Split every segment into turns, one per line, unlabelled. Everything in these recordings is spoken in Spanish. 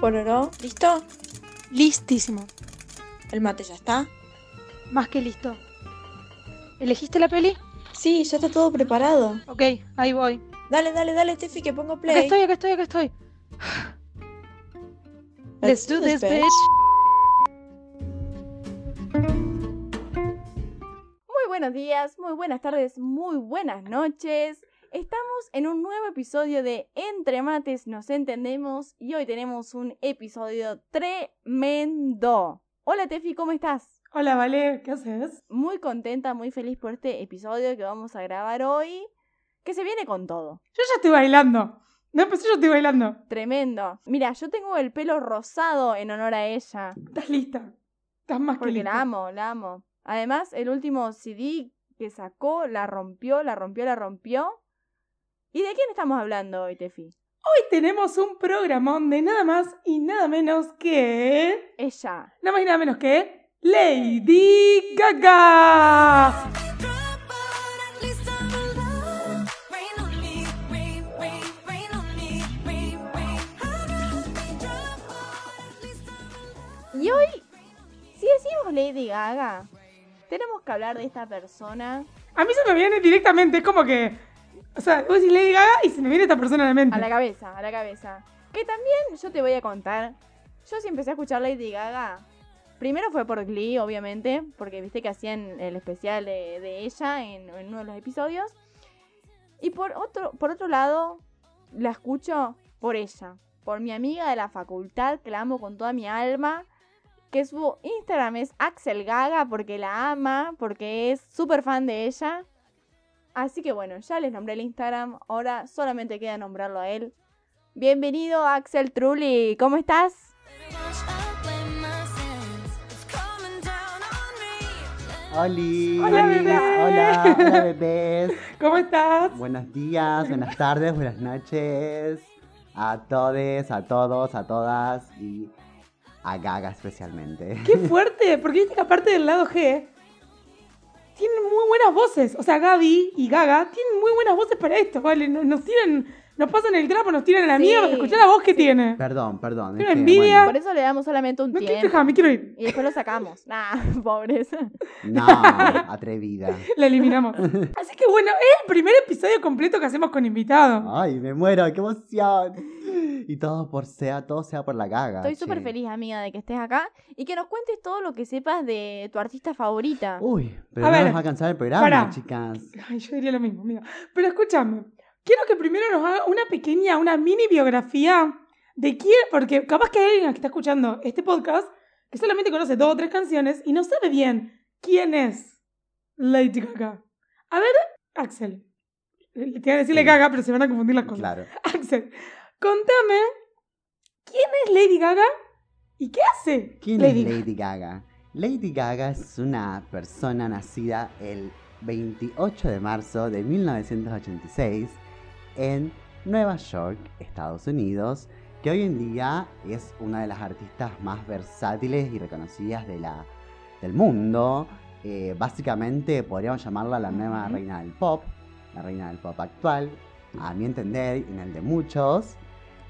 Pororó, ¿listo?
Listísimo.
¿El mate ya está?
Más que listo. ¿Elegiste la peli?
Sí, ya está todo preparado.
Ok, ahí voy.
Dale, dale, dale, Tefi, que pongo
Acá
play.
estoy, acá estoy, acá estoy. Let's do this, bitch.
Muy buenos días, muy buenas tardes, muy buenas noches. Estamos en un nuevo episodio de Entre Mates Nos Entendemos y hoy tenemos un episodio tremendo. Hola Tefi, ¿cómo estás?
Hola, Vale, ¿qué haces?
Muy contenta, muy feliz por este episodio que vamos a grabar hoy, que se viene con todo.
Yo ya estoy bailando. No empecé, yo estoy bailando.
Tremendo. Mira, yo tengo el pelo rosado en honor a ella,
Estás lista. Estás más que
porque
lista.
la amo, la amo. Además, el último CD que sacó la rompió, la rompió, la rompió. ¿Y de quién estamos hablando hoy, Tefi?
Hoy tenemos un programón de nada más y nada menos que.
Ella.
Nada más y nada menos que. Lady Gaga.
Y hoy, si decimos Lady Gaga, tenemos que hablar de esta persona
A mí se me viene directamente, es como que. O sea, vos decís Lady Gaga y se me viene esta persona a la mente.
a la cabeza, a la cabeza. Que también yo te voy a contar. Yo sí empecé a escuchar Lady Gaga. Primero fue por Glee, obviamente, porque viste que hacían el especial de, de ella en, en uno de los episodios. Y por otro, por otro lado, la escucho por ella, por mi amiga de la facultad, que la amo con toda mi alma, que su Instagram es Axel Gaga, porque la ama, porque es súper fan de ella. Así que bueno, ya les nombré el Instagram, ahora solamente queda nombrarlo a él. Bienvenido Axel Trulli, ¿cómo estás?
Oli,
Hola,
olis,
bebés.
hola, hola, bebés.
¿Cómo estás?
Buenos días, buenas tardes, buenas noches a todos, a todos, a todas y a Gaga especialmente.
¡Qué fuerte! Porque viste que aparte del lado G, tienen muy buenas voces. O sea, Gaby y Gaga tienen muy buenas voces para esto, ¿vale? Nos, nos tiran, nos pasan el trapo, nos tiran a la
Sí,
mierda. Escuchá la voz que
sí.
tiene.
Perdón, perdón.
Pero envidia.
Por eso le damos solamente un
No quiero
tiempo.
dejar, me quiero ir.
Y después lo sacamos. Nah, pobres.
bueno, no, atrevida.
La eliminamos. Así que bueno, es el primer episodio completo que hacemos con invitado.
Ay, me muero, qué emoción. Y todo por sea, todo sea por la Gaga.
Estoy
che.
súper feliz, amiga, de que estés acá y que nos cuentes todo lo que sepas de tu artista favorita.
Uy, pero
A
no
ver,
nos va a cansar el programa,
pará.
chicas.
Ay, yo diría lo mismo, mira. Pero escúchame, quiero que primero nos haga una pequeña, una mini biografía de quién, porque capaz que hay alguien que está escuchando este podcast que solamente conoce dos o tres canciones y no sabe bien quién es Lady Gaga. A ver, Axel. Le tengo que decirle
Sí.
Gaga, pero se van a confundir las cosas.
Claro.
Axel, contame, ¿quién es Lady Gaga y qué hace
¿Quién
Lady
es
Gaga?
Lady Gaga? Lady Gaga es una persona nacida el 28 de marzo de 1986 en Nueva York, Estados Unidos, que hoy en día es una de las artistas más versátiles y reconocidas de la, del mundo. Eh, básicamente podríamos llamarla la nueva reina del pop, la reina del pop actual, a mi entender, y en el de muchos.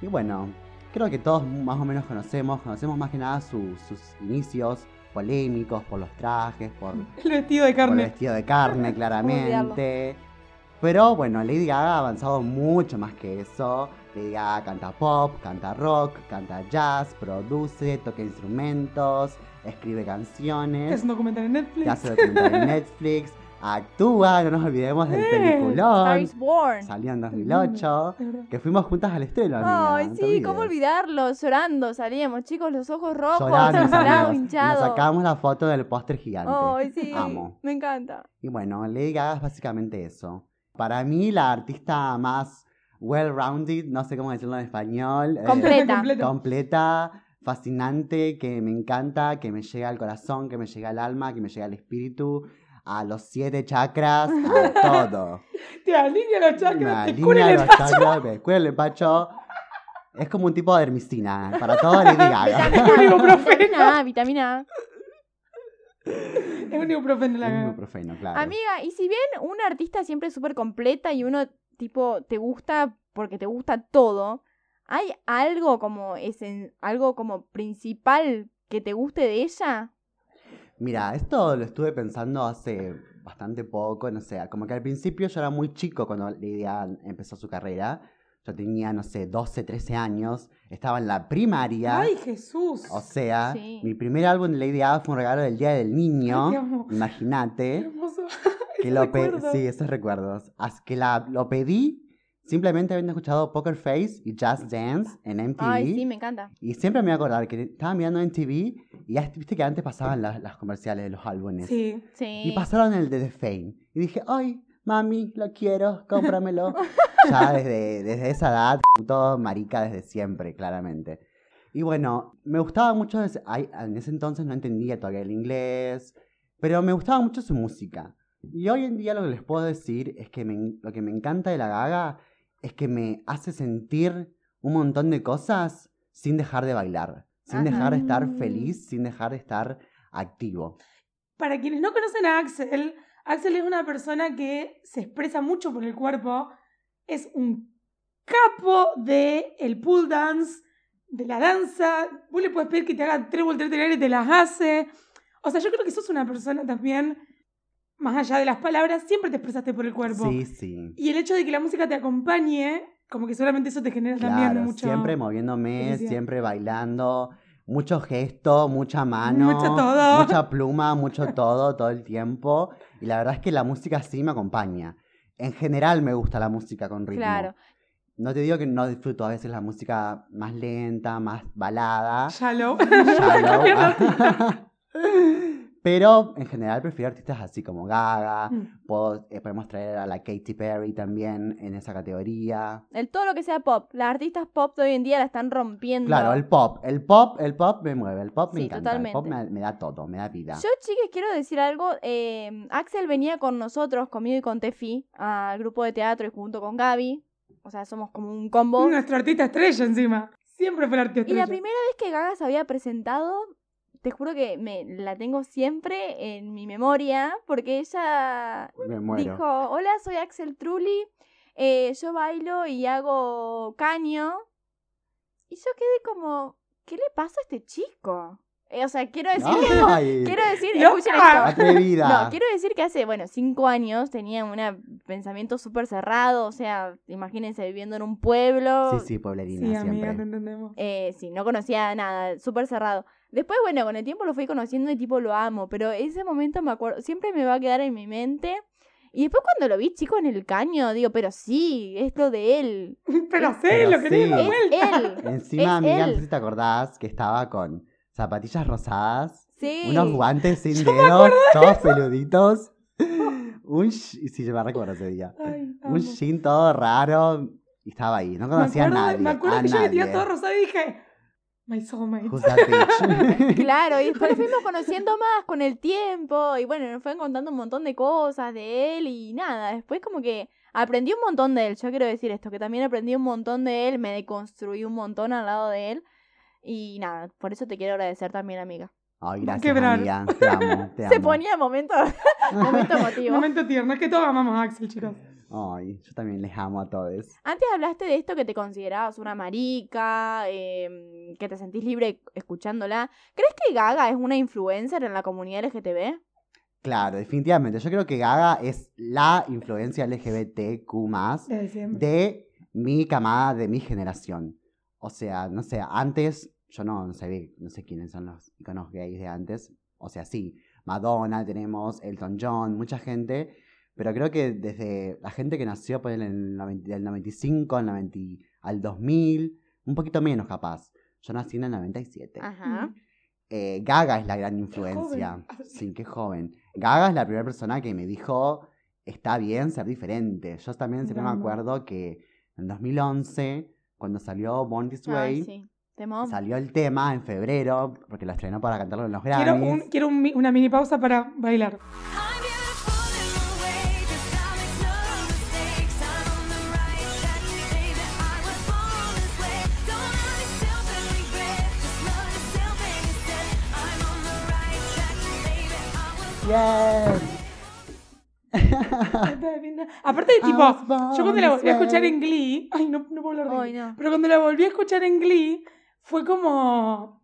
Y bueno, creo que todos más o menos conocemos, conocemos más que nada su- sus inicios polémicos por los trajes, por,
El vestido de
por el
carne.
vestido de carne, claramente. Pero bueno, Lady Gaga ha avanzado mucho más que eso. Lady Gaga canta pop, canta rock, canta jazz, produce, toca instrumentos, escribe canciones
Es un documental en Netflix.
que hace documental en Netflix, actúa, no nos olvidemos del
Eh,
Star
peliculón.
is Born.
Salió en 2008,
Es verdad.
que fuimos juntas al estreno. amiga,
Ay,
no te
sí, ¿cómo
olvides.
olvidarlo? Llorando salíamos, chicos, los ojos rojos,
Llorando,
hinchados,
amigos. Nos
hinchados.
sacamos la foto del póster gigante.
Ay, sí.
Amo.
Me encanta.
Y bueno, Lady Gaga es básicamente eso. Para mí, la artista más well-rounded, no sé cómo decirlo en español. eh,
Completa.
completa, fascinante, que me encanta, que me llega al corazón, que me llega al alma, que me llega al espíritu, a los siete chakras, a todo.
Te alinea los
Me
chakras, te
alinea
cura el
los
empacho.
chakras, me cura el empacho. Es como un tipo de hermicina, para todo Lady Gaga.
Es un ibuprofeno.
Vitamina A, vitamina A.
Es un ibuprofeno la
Un
gaga.
ibuprofeno, claro.
Amiga, y si bien un artista siempre es súper completa y uno tipo te gusta porque te gusta todo, ¿Hay algo como, esen- algo como principal que te guste de ella?
Mira, esto lo estuve pensando hace bastante poco, no sé, como que al principio yo era muy chico cuando Lidia empezó su carrera. Yo tenía, no sé, 12, 13 años, estaba en la primaria.
Ay, Jesús.
O sea,
Sí.
mi primer álbum de Lady Gaga fue un regalo del Día del Niño.
Ay, te amo. Qué
Imagínate.
hermoso.
que lo pe-
recuerdo.
Sí, esos recuerdos. Así que la, lo pedí simplemente habiendo escuchado Poker Face y Just Dance en MTV.
Ay, sí, me encanta.
Y siempre me voy a acordar que estaba mirando en TV y ya viste que antes pasaban las, las comerciales de los álbumes.
Sí.
Sí.
Y pasaron el de The Fame. Y dije, ay, mami, lo quiero, cómpramelo. ya desde, desde esa edad, todo marica desde siempre, claramente. Y bueno, me gustaba mucho, ese- ay, en ese entonces no entendía todavía el inglés, pero me gustaba mucho su música. Y hoy en día lo que les puedo decir es que me en- lo que me encanta de la gaga es que me hace sentir un montón de cosas sin dejar de bailar, sin
Ajá.
dejar de estar feliz, sin dejar de estar activo.
Para quienes no conocen a Axel, Axel es una persona que se expresa mucho por el cuerpo. Es un capo de el pool dance, de la danza. Vos le puedes pedir que te haga tres volteretas en el aire y te las hace. O sea, yo creo que sos una persona también, más allá de las palabras, siempre te expresaste por el cuerpo.
Sí, sí.
Y el hecho de que la música te acompañe, como que seguramente eso te genera también mucho.
siempre moviéndome,
felicidad.
siempre bailando, mucho gesto, mucha mano,
Mucho todo.
mucha pluma, mucho todo, todo el tiempo. Y la verdad es que la música sí me acompaña. En general me gusta la música con ritmo.
Claro.
No te digo que no disfruto a veces la música más lenta, más balada.
Shallow.
shallow, ah. Pero en general prefiero artistas así como Gaga.
Mm.
Puedo- eh, podemos traer a la Katy Perry también en esa categoría.
El todo lo que sea pop. Las artistas pop de hoy en día la están rompiendo.
Claro, el pop, el pop, el pop me mueve, el pop me
Sí,
encanta, el pop me,
totalmente.
me da todo, me da vida.
Yo, chicas, quiero decir algo. Eh, Axel venía con nosotros, conmigo y con Tefi, al grupo de teatro y junto con Gaby. O sea, somos como un combo.
Nuestro artista estrella encima. Siempre fue el artista
Y
estrella.
la primera vez que Gaga se había presentado, te juro que me la tengo siempre en mi memoria, porque ella
me muero.
dijo, hola, soy Axel Trulli, eh, yo bailo y hago caño. Y yo quedé como, ¿qué le pasa a este chico? Eh, o sea, quiero decir,
Ay,
quiero decir,
Loca.
escuchen esto.
atrevida.
No, quiero decir que hace, bueno, cinco años tenía un pensamiento súper cerrado, o sea, imagínense viviendo en un pueblo,
Sí, sí, pueblerina
Sí,
siempre.
amiga, te entendemos.
eh, sí, no conocía nada, súper cerrado. Después, bueno, con el tiempo lo fui conociendo y tipo lo amo, pero ese momento me acuerdo, siempre me va a quedar en mi mente. Y después cuando lo vi chico en el caño, digo, pero sí, es lo de él.
Pero sí,
Pero
lo querés de
sí.
vuelta.
Él. Es
Encima, amiga, no
él.
sé si te acordás que estaba con zapatillas rosadas,
Sí.
unos guantes sin dedos, todos peluditos. Un sh- sí, yo me recuerdo ese día.
Ay, amo.
Un jean todo raro y estaba ahí, no
Me
conocía
acuerdo,
a nadie.
me acuerdo
a
que yo me tiré
nadie.
todo rosado y dije, my soulmate.
Who's that bitch?
Claro, y después lo fuimos conociendo más con el tiempo. Y bueno, nos fueron contando un montón de cosas de él y nada. Después como que aprendí un montón de él. Yo quiero decir esto, que también aprendí un montón de él, me deconstruí un montón al lado de él. Y nada, por eso te quiero agradecer también, amiga.
Ay,
Va a
gracias,
quebrar.
amiga. Te amo, te
Se
amo.
ponía momento, momento emotivo.
Momento tierno, es que todos amamos a Axel, chicos.
Ay, yo también les amo a todos.
Antes hablaste de esto que te considerabas una marica, eh, que te sentís libre escuchándola. ¿Crees que Gaga es una influencer en la comunidad LGTB?
Claro, definitivamente. Yo creo que Gaga es la influencia LGBTQ
Desde siempre.
de mi camada, de mi generación. O sea, no sé, antes yo no, no sabía, no sé quiénes son los iconos gays de antes. O sea, sí, Madonna, tenemos Elton John, mucha gente. Pero creo que desde la gente que nació por el, en el 90 del 95 al 90 al 2000, un poquito menos capaz. Yo nací en el
Ah,
97.
Ajá.
eh, Gaga es la gran influencia.
joven.
Sí, qué joven. Gaga es la primera persona que me dijo, está bien ser diferente. Yo también siempre me
Drama.
acuerdo que en 2011, cuando salió Born
Ah,
This
Ay,
Way,
sí. Temón.
salió el tema en febrero, porque lo estrenó para cantarlo en los
Quiero,
Grammys.
un, quiero un mi- una mini pausa para bailar.
I'm beautiful in my way, 'cause I make no mistakes. I own the right that you say that I was born this way. Don't let yourself in regret, just love yourself and instead. I'm on the right track, baby. I was
Yes.
Aparte, tipo,
I was born
yo cuando la
this
volví a escuchar
way.
en Glee. Ay, no, no puedo hablar de
Ay,
Glee.
no.
Pero cuando la volví a escuchar en Glee, fue como.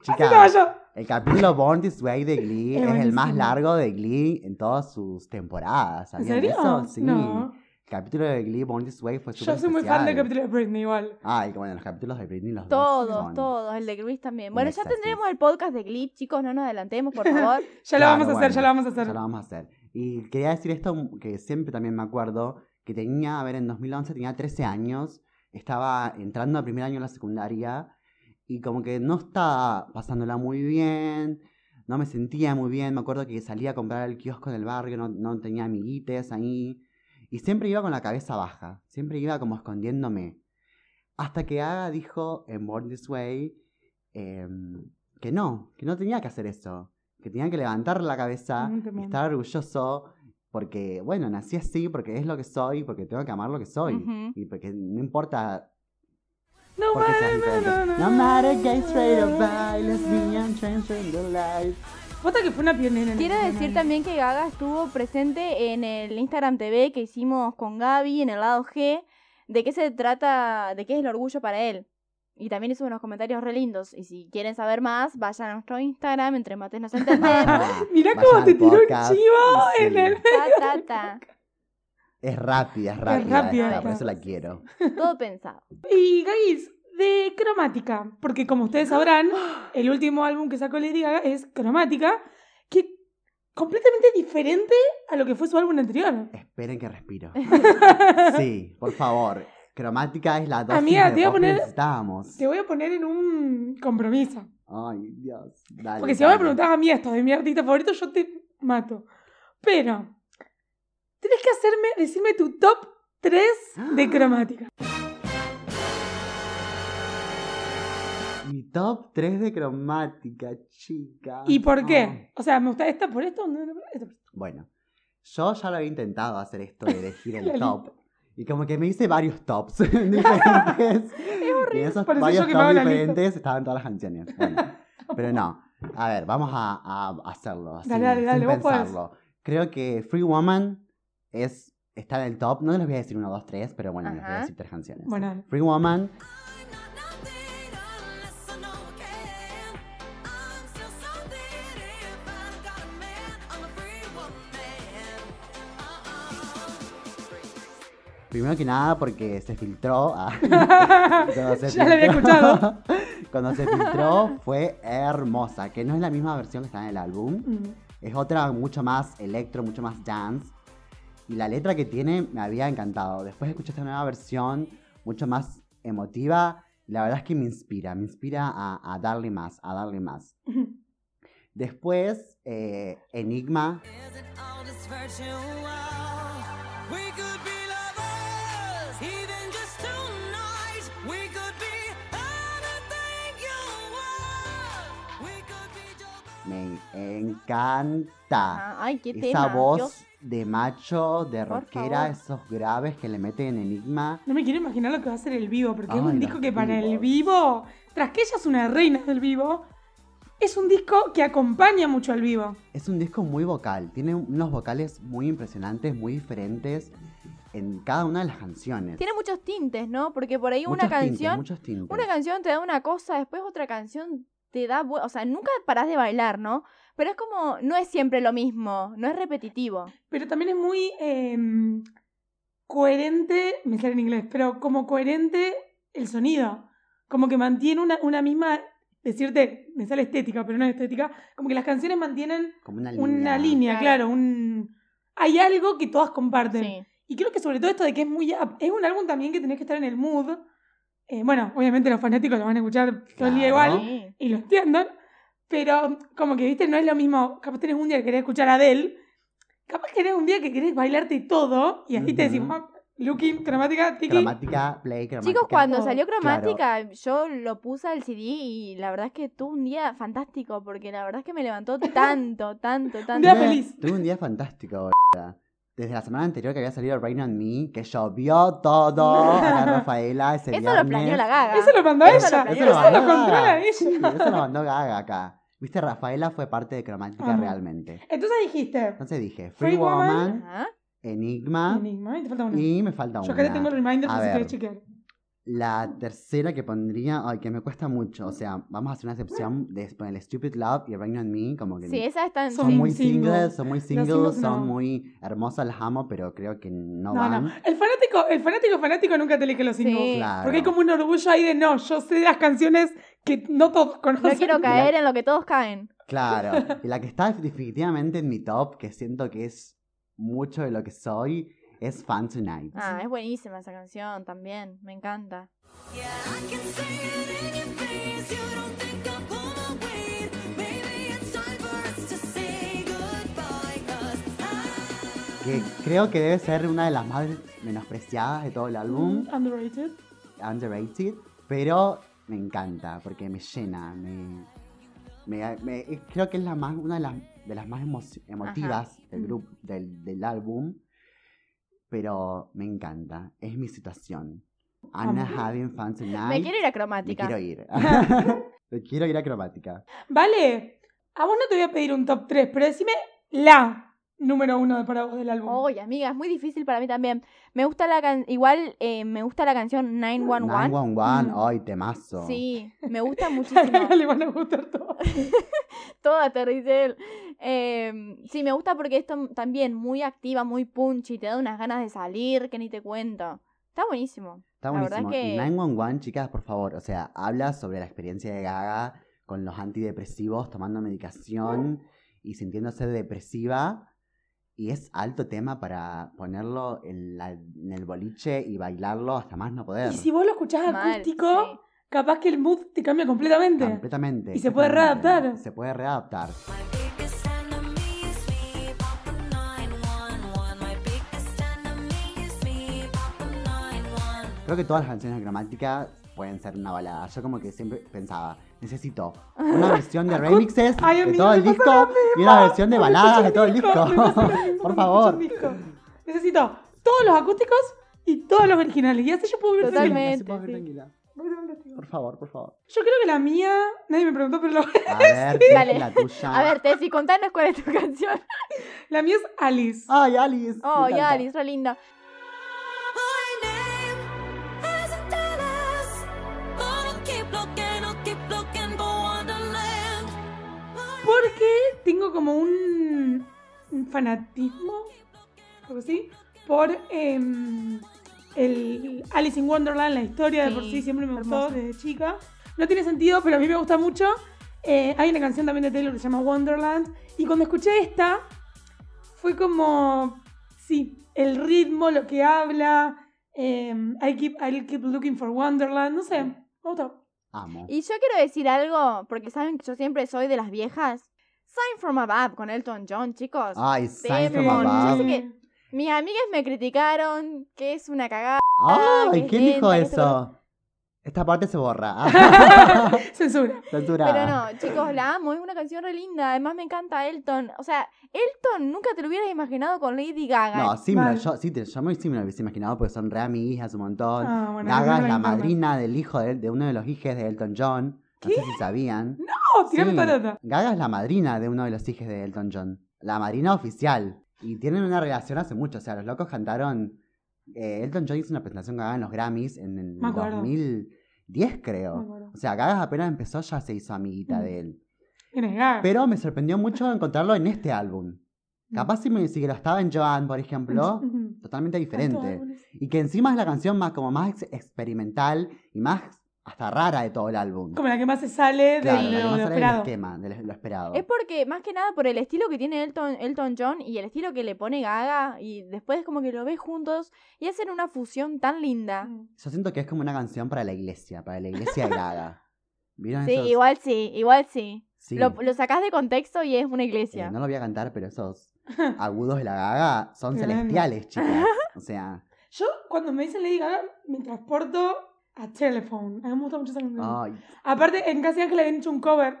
Así
Chicas,
estaba yo.
El capítulo Born This Way de Glee
Es
es, el más
buenísimo.
largo de Glee en todas sus temporadas.
¿En
¿Sabían
serio?
eso? Sí.
No.
El capítulo de Glee Born This Way fue súper
Yo soy muy fan del
especial.
capítulo de Britney, igual.
Ay, que bueno, los capítulos de Britney los dos
Todos,
son-
todos, el de Gris también. Bueno, ya
Exacto.
tendremos el podcast de Glee, chicos, no nos adelantemos, por favor.
Ya lo
Claro,
vamos a hacer,
bueno,
ya lo vamos a hacer.
Ya lo vamos a hacer. Y quería decir esto mm, que siempre también me acuerdo, que tenía, a ver, en 2011 tenía 13 años, estaba entrando al primer año de la secundaria y como que no estaba pasándola muy bien, no me sentía muy bien, me acuerdo que salía a comprar al kiosco en el barrio, no, no tenía amiguites ahí y siempre iba con la cabeza baja, siempre iba como escondiéndome. Hasta que Aga dijo en Born This Way em, que no, que no tenía que hacer eso, que tenía que levantar la cabeza
Mm,
y
tremendo.
estar orgulloso porque, bueno, nací así, porque es lo que soy, porque tengo que amar lo que soy.
Ujú.
Y porque no importa
No,
por qué seas
matter, no,
diferente.
no, no,
No matter gay, straight or bi, lesbian, transgender life.
Posta que fue una pionera. en
Quiero
el
decir
canal.
también que Gaga estuvo presente en el Instagram TV que hicimos con Gaby en el lado G, de qué se trata, de qué es el orgullo para él. Y también hizo unos comentarios re lindos. Y si quieren saber más, vayan a nuestro Instagram, entre mates nos entendemos.
Mirá
Vayan
cómo te
al
tiró un
podcast.
chivo
Sí.
en el.
ta, ta, ta.
Es rápida, es rápida.
rápida
esta,
esta.
por eso la quiero.
Todo pensado.
Y Gagis, de cromática. Porque como ustedes sabrán, el último álbum que sacó Lady Gaga es cromática, que completamente diferente a lo que fue su álbum anterior.
Esperen que respiro. Sí, por favor. Cromática es la dosis
Amiga,
de
te iba a
pop
poner-
que necesitábamos.
Te voy a poner en un compromiso.
Ay, Dios. Dale,
Porque si vos me
dale.
preguntás a mí esto de mi artista favorito, yo te mato. Pero, tenés que hacerme, decirme tu top 3 de cromática.
Mi top 3 de cromática, chica.
¿Y por
Ay.
qué? O sea, ¿me gusta esta por esto? No, no, no, esta por esto.
Bueno, yo ya lo había intentado hacer esto de elegir
La
el top. Y como que me hice varios tops diferentes. es horrible. Y esos
Parecí
varios
yo que me hago
tops
la lista.
diferentes estaban todas las canciones. Bueno, pero no. A ver, vamos a, a hacerlo. Así,
Dale, dale, dale,
sin
vos podés.
pensarlo. Creo que Free Woman es, está en el top. No les voy a decir uno, dos, tres, pero bueno, les voy a
Ajá.
decir tres canciones.
Bueno,
Free Woman,
I'm not nothing unless I know I can. I'm still something if I've got a man. I'm a free woman. Uh-uh.
primero que nada porque se filtró. a- Cuando se
Ya la había
filtró-
escuchado.
Cuando se filtró fue hermosa, que no es la misma versión que está en el álbum.
Mm.
Es otra mucho más electro, mucho más dance. Y la letra que tiene me había encantado. Después escuché esta nueva versión, mucho más emotiva. y La verdad es que me inspira, me inspira a, a darle más, a darle más.
Mm.
Después, eh, Enigma,
Isn't all this virtue all? We could be lovers, even just tonight. We could be anything you want. We could be your
me encanta.
Ah, Ay, qué tema.
Esa voz
Dios.
de macho, de
Por
rockera,
favor.
esos graves que le meten en Enigma.
No me quiero imaginar lo que va a ser el vivo, porque es
Ay,
un
los
disco que para el
vivos.
vivo, tras que ella es una reina del vivo, es un disco que acompaña mucho al vivo.
Es un disco muy vocal, tiene unos vocales muy impresionantes, muy diferentes en cada una de las canciones.
Tiene muchos tintes, ¿no? Porque por ahí
Muchos
una
tintes,
canción
muchos tintes.
Una canción te da una cosa, después otra canción te da, bu- o sea, nunca parás de bailar, ¿no? Pero es como, no es siempre lo mismo, no es repetitivo.
Pero también es muy em, coherente, me sale en inglés, pero como coherente el sonido. Como que mantiene una, una misma, decirte, me sale estética, pero no es estética, como que las canciones mantienen
Como una,
una línea,
Claro.
claro, un... Hay algo que todas comparten.
Sí.
Y creo que sobre todo esto de que es muy... up- Es un álbum también que tenés que estar en el mood. Eh, bueno, obviamente los fanáticos lo van a escuchar todo el día
Claro.
igual
Sí.
y lo entiendan. Pero como que, viste, no es lo mismo. Capaz tenés un día que querés escuchar a Adele. Capaz querés un día que querés bailarte todo. Y así te
Ujú.
decimos, ah, looking, cromática, tiki.
Cromática, play, cromática.
Chicos, cuando
todo.
salió Cromática, yo lo puse al CD y la verdad es que tuve un día fantástico, porque la verdad es que me levantó tanto, tanto,
Un
tanto.
día feliz.
Tuve un día fantástico, b****. Desde la semana anterior que había salido Rain on Me, que llovió todo a la Rafaela ese
Eso
viernes.
lo planeó la gaga.
Eso lo mandó
Eso-
ella.
eso
Eso
lo
lo,
mandó Gaga.
controla
Sí,
ella.
eso lo mandó Gaga acá. Viste, Rafaela fue parte de Cromática
Ajá.
realmente.
Entonces dijiste,
Entonces dije, Free,
Free
Woman,
Woman,
Ajá.
Enigma.
Enigma, y te falta una.
Ah. Y me falta una.
Yo acá le tengo el reminder
A
por si
ver.
querés chequear.
La tercera que pondría, ay, que me cuesta mucho. O sea, vamos a hacer una excepción de ponerle Stupid Love y Rain on Me, como que
Sí, esas están.
son
sí,
muy
single.
singles, son muy singles,
singles
son
no.
muy hermosas, las amo, pero creo que
No,
no, van.
no. El fanático, el fanático fanático nunca te elige los
Sí.
singles.
Claro.
Porque hay como un orgullo ahí de no, yo sé las canciones que no todos
No
conocen.
quiero caer en lo que todos caen.
Claro. Y la que está definitivamente en mi top, que siento que es mucho de lo que soy, es Fan Tonight.
Ah, es buenísima esa canción también. Me encanta.
Yeah, I can see it in your face. You don't think I'll pull away. Maybe it's time for us to say goodbye. 'Cause
Que creo que debe ser una de las más menospreciadas de todo el álbum,
Underrated.
underrated, pero me encanta porque me llena, me, me- me- es- creo que es la más, una de las, de las más emo- emotivas del
Mm.
grupo, del, del álbum, pero me encanta, es mi situación. Anna
Amo.
having fun tonight.
Me quiero ir a
Me
cromática.
quiero ir. Me quiero ir a cromática.
Vale, a vos no te voy a pedir un top 3, pero decime la número uno de para vos del álbum.
Oye, amiga, es muy difícil para mí también. Me gusta la can... Igual eh, me gusta la canción 911.
911,
Mm.
ay, temazo.
Sí, me gusta
A
muchísimo.
Gaga le van a gustar todos.
Toda Terricel. Eh, sí, me gusta porque es tam- también muy activa, muy punchy, te da unas ganas de salir que ni te cuento. Está buenísimo.
Está
La verdad
buenísimo.
que-
Y 911, chicas, por favor, o sea, habla sobre la experiencia de Gaga con los antidepresivos, tomando medicación y sintiéndose depresiva. Y es alto tema para ponerlo en, la- en el boliche y bailarlo hasta más no poder.
Y si vos lo escuchás
Mal,
acústico,
sí.
capaz que el mood te cambia completamente.
Completamente.
Y se puede
exactamente.
readaptar.
Se puede readaptar.
my biggest enemy is me. Papa 911. My biggest enemy is me. Papa 911.
Creo que todas las canciones de cromática pueden ser una balada. Yo como que siempre pensaba, necesito una versión de remixes
Ay,
de
amiga,
todo el
me pasa
disco y una versión de
Me
baladas
escucho
de todo el disco.
me pasa lo mismo
Por
cuando
favor.
escucho un disco. Necesito todos los acústicos y todos los originales. Y así yo puedo vivir tranquila.
Totalmente,
Así puedo vivir
sí.
tranquila.
Voy a tener un castigo.
Por favor, por favor.
Yo creo que la mía, nadie me preguntó, pero la,
A
Dale.
ver, Tefi, la tuya.
A ver, Tefi, contanos cuál es tu canción.
la mía es Alice.
Ay, Alice.
Oh,
me encanta.
ya, Alice, re linda.
My name isn't Dallas. Oh, keep looking, oh, keep looking for Wonderland.
Porque tengo como un, un fanatismo, algo así, por em, el Alice in Wonderland, la historia de por
Sí,
sí siempre me gustó
hermoso.
desde chica. No tiene sentido, pero a mí me gusta mucho. Eh, hay una canción también de Taylor que se llama Wonderland. Y cuando escuché esta, fue como, sí, el ritmo, lo que habla. em, I keep, I'll keep looking for Wonderland. No sé, me gustó.
Amo.
Y yo quiero decir algo, porque saben que yo siempre soy de las viejas. Sign from above con Elton John, chicos.
Ay, Sign from
Demon.
Above.
Yo sé que mis amigas me criticaron que es una cagada.
Ay,
que
¿quién dijo
lenta, que esto,
eso? Esta parte se borra. Ah,
Censura.
Censura.
Pero no, chicos, la amo, es una canción re linda. Además me encanta Elton. O sea, Elton nunca te lo hubieras imaginado con Lady Gaga.
No, sí, me lo,
Mal.
yo, sí, te, yo me, sí me lo hubiese imaginado porque son re amigas un montón.
Ah, bueno, no,
Gaga
no
es
me
la
encanta.
madrina del hijo de, de uno de los hijes de Elton John. No sé si sabían.
No, tirame
Sí.
pelota.
Gaga es la madrina de uno de los hijos de Elton John. La madrina oficial. Y tienen una relación hace mucho. O sea, los locos cantaron. eh, Elton John hizo una presentación con Gaga en los Grammys en el
Me acuerdo.
2010, creo.
Me acuerdo.
O sea, Gaga apenas empezó ya se hizo amiguita
Mm.
de él.
¿Quién es Gaga?
Pero me sorprendió mucho encontrarlo en este álbum.
Mm. Este
Capaz si, me, si lo estaba en Joan, por ejemplo,
Ujú. Tantos
totalmente diferente.
árboles.
Y que encima es la canción más como más ex- experimental y más hasta rara de todo el álbum.
Como la que más se sale de
Claro, la
lo,
que más
lo
sale del
esperado.
esquema, de lo- lo esperado.
Es porque, más que nada, por el estilo que tiene Elton, Elton John y el estilo que le pone Gaga, y después como que lo ves juntos y hacen una fusión tan linda.
Mm.
Yo siento que es como una canción para la iglesia, para la iglesia de Gaga. ¿Vieron
Sí,
Ah, esos?
igual sí, igual sí.
Sí.
Lo, lo sacás de contexto y es una
Eh,
iglesia.
no lo voy a cantar, pero esos agudos de la Gaga son
Tremendo.
celestiales, chicas. O sea,
Yo, cuando me dicen Lady Gaga, me transporto a Telephone. A mí me gusta mucho esa canción.
ay,
Aparte, en Casi Ángel habían hecho un cover.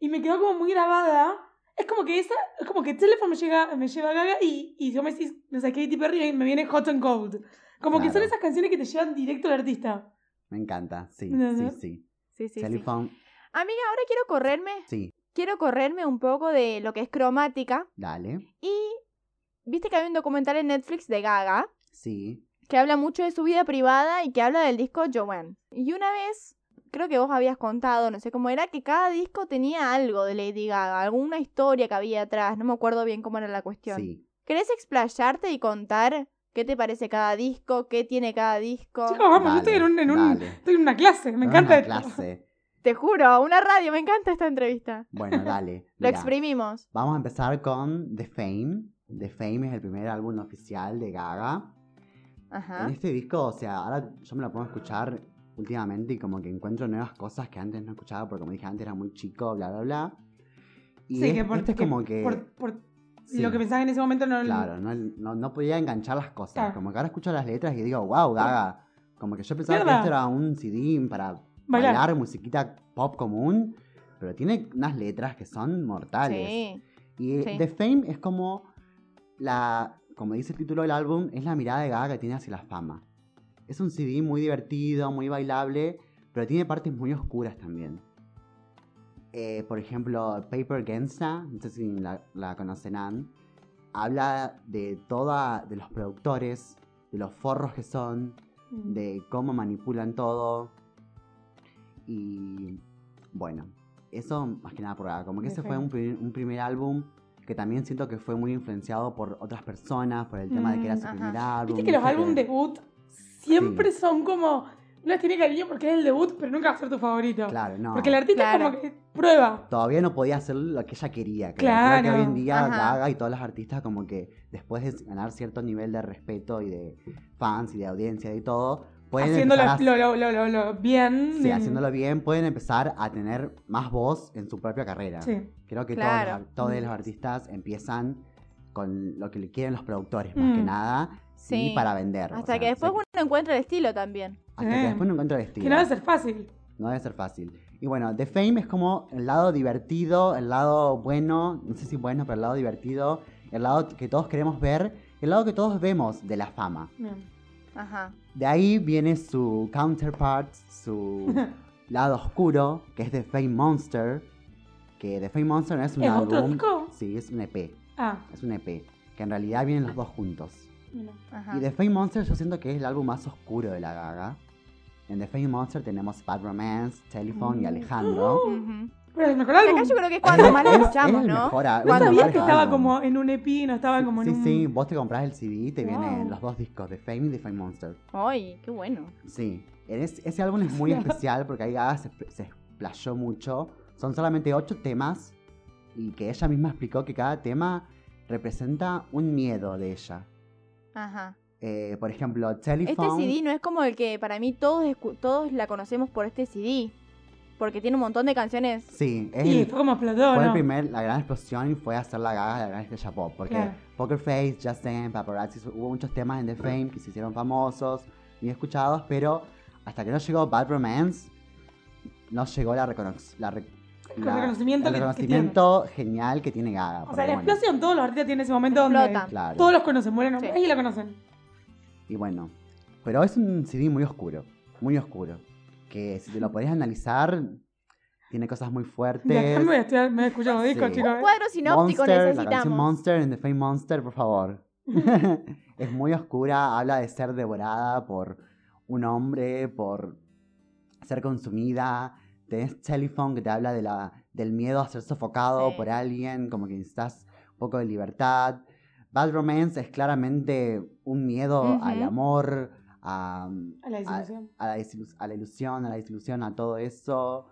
Y me quedó como muy grabada. Es como que esa, es como que Telephone me, llega, me lleva a Gaga y, y yo me decís, me saqué Katy Perry y me viene Hot and Cold. Como que son
Claro.
esas canciones que te llevan directo al artista.
me encanta. Sí,
No, no.
sí, sí.
Sí, sí, sí.
Sally Fong,
Amiga, ahora quiero correrme,
sí,
quiero correrme un poco de lo que es cromática
dale.
y Viste que hay un documental en Netflix de Gaga
Sí.
que habla mucho de su vida privada y que habla del disco Joanne. Y una vez, creo que vos habías contado, no sé cómo era, que cada disco tenía algo de Lady Gaga, alguna historia que había atrás, no me acuerdo bien cómo era la cuestión.
Sí.
¿Querés explayarte y contar qué te parece cada disco, qué tiene cada disco?
Chicos, vamos, yo
Ah, Dale,
estoy Ah, en, un- en un-
dale.
estoy en una clase, me
Era
encanta
una
esto.
clase.
Te juro, una radio, me encanta esta entrevista.
Bueno, dale.
Lo
mirá.
exprimimos.
Vamos a empezar con The Fame. The Fame es el primer álbum oficial de Gaga.
Ajá.
¿Ah?
En este disco, o sea, ahora yo me lo pongo a escuchar últimamente y como que encuentro nuevas cosas que antes no escuchaba porque como dije antes era muy chico, bla, bla, bla. Y
Sí,
es-
que por,
este es
que
como que...
por- por
sí,
lo que pensás en ese momento no...
Claro, no, no- no podía enganchar las cosas.
Claro.
Como que ahora escucho las letras y digo, wow, Gaga. Como que yo pensaba que
Mierda.
esto era un CD para
Bailar.
bailar, musiquita pop común, pero tiene unas letras que son mortales.
Sí.
Y
Sí.
The Fame es como la, como dice el título del álbum, es la mirada de Gaga que tiene hacia la fama. Es un CD muy divertido, muy bailable, pero tiene partes muy oscuras también. Eh, por ejemplo, Paper Gangsta, no sé si la, la conocerán, habla de toda, de los productores, de los forros que son, de cómo manipulan todo. Y bueno, eso más que nada por acá. Como que ese fue un, pri- un primer álbum que también siento que fue muy influenciado por otras personas, por el tema de que era
Mm,
su
ajá.
primer álbum.
Viste que los
¿viste?
álbumes debut siempre son como... No les tiene cariño porque es el debut, pero nunca va a ser tu favorito.
Claro, no.
Porque el artista
Claro.
es como que prueba.
Todavía no podía hacer lo que ella quería. creo. Creo que
Claro.
hoy en día
Ajá.
Gaga y todos los artistas como que después de ganar cierto nivel de respeto y de fans y de audiencia y todo, pueden
Haciéndolo
empezar a-
lo, lo, lo, lo, lo bien.
sí, haciéndolo bien, pueden empezar a tener más voz en su propia carrera.
Sí.
Creo que
Claro.
todos, los, ar- todos los artistas empiezan con lo que le quieren los productores, más
Mm.
que nada,
Sí.
y para vender. o
Hasta
sea,
que después
se-
uno encuentra el estilo también.
hasta que
Eh.
después no encuentro el estilo.
Que no debe ser fácil.
No debe ser fácil. Y bueno, The Fame es como el lado divertido, el lado bueno, no sé si bueno, pero el lado divertido, el lado que todos queremos ver, el lado que todos vemos de la fama.
Bien.
Ajá.
De ahí viene su counterpart, su lado oscuro, que es The Fame Monster, que The Fame Monster no es un
¿Es
álbum.
otro disco?
Sí, es un E EP.
Ah,
Es un EP, que en realidad vienen los dos juntos.
mira.
Ajá.
Y The Fame Monster yo siento que es el álbum más oscuro de la gaga. En The Fame Monster tenemos Bad Romance, Telephone y Alejandro.
Ujú.
Pero es el mejor
Que
álbum.
Acá yo creo que es Mm. Uh, cuando más lo
Es- es
escuchamos,
el
¿no?
mejor álbum,
No
es el
sabía
mejor
que estaba
álbum.
como en un EP, no estaba como en
Sí,
un...
sí, vos te compras el CD y te
Wow.
vienen los dos discos, The Fame y The Fame Monster.
Ay, qué bueno.
Sí, en es- ese álbum es muy especial porque ahí Gaga se, se explayó mucho. Son solamente ocho temas y que ella misma explicó que cada tema representa un miedo de ella.
Ajá.
Eh, por ejemplo, Telephone...
Este CD no es como el que para mí todos, escu- todos la conocemos por este CD. Porque tiene un montón de canciones.
Sí, es
Y
el-
fue como explotó,
fue el
¿no?
primer, la gran explosión y fue hacer la gaga de la gran estrella pop. Porque
Claro.
Poker Face, Just Dance, Paparazzi, hubo muchos temas en The Fame que se hicieron famosos y escuchados, pero hasta que no llegó Bad Romance, no llegó la reconoc- la re-
El
la-
reconocimiento
el
que- que
reconocimiento genial que tiene
O
Gaga. porque,
sea, la
bueno,
explosión, todos los artistas tienen ese momento
Explota.
donde
claro.
todos los conocen, mueren
Sí.
ahí la conocen.
Y bueno, pero es un CD muy oscuro, muy oscuro, que si te lo podés analizar, tiene cosas muy
De acá
fuertes.
me voy a estudiar, me voy a escuchar los discos,
Sí.
chicos. ¿eh?
Cuadro sinóptico
Monster, la canción
necesitamos.
Monster en The Fame Monster, por favor. es muy oscura, habla de ser devorada por un hombre, por ser consumida. Tenés Telephone que te habla de la, del miedo a ser sofocado
Sí.
por alguien, como que necesitas un poco de libertad. Bad Romance es claramente un miedo
Ujú.
al amor, a,
A la desilusión.
a la desilu- a la ilusión, a la desilusión, a todo eso.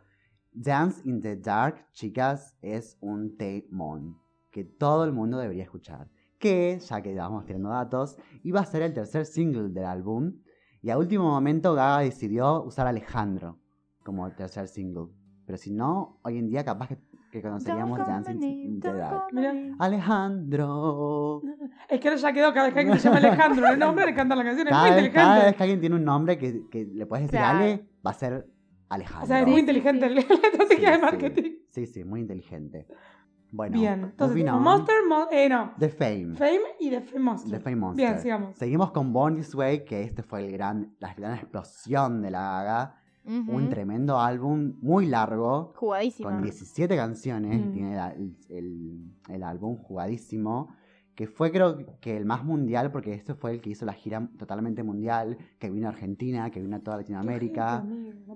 Dance in the Dark, chicas, es un temón que todo el mundo debería escuchar. Que, ya que vamos tirando datos, iba a ser el tercer single del álbum. Y a último momento Gaga decidió usar Alejandro como tercer single. Pero si no, hoy en día capaz que, que conoceríamos
Don't
Dance
come
in, in
in,
the
don't
Dark.
come
Mira.
in.
Alejandro.
Es que ahora ya quedó, cada vez que se llama Alejandro, el nombre le cantan la canción, es muy
Cada, vez- cada vez
inteligente.
que alguien tiene un nombre que, que le puedes decir
Claro.
Ale, va a ser
O
Alejandro.
sea, es muy inteligente la estrategia de marketing.
Sí, sí, muy inteligente. Bueno,
Bien, entonces,
opinamos
Monster, Mon- eh, no,
The Fame.
Fame y The Fame Monster.
The Fame Monster.
Bien, sigamos.
Seguimos con Born This Way, que este fue el gran, la gran explosión de la gaga.
Ujú.
Un tremendo álbum, muy largo,
Jugadísima.
con 17 canciones.
Mm.
Tiene la- el, el- el álbum jugadísimo. que fue creo que el más mundial, porque este fue el que hizo la gira totalmente mundial, que vino a Argentina, que vino a toda Latinoamérica,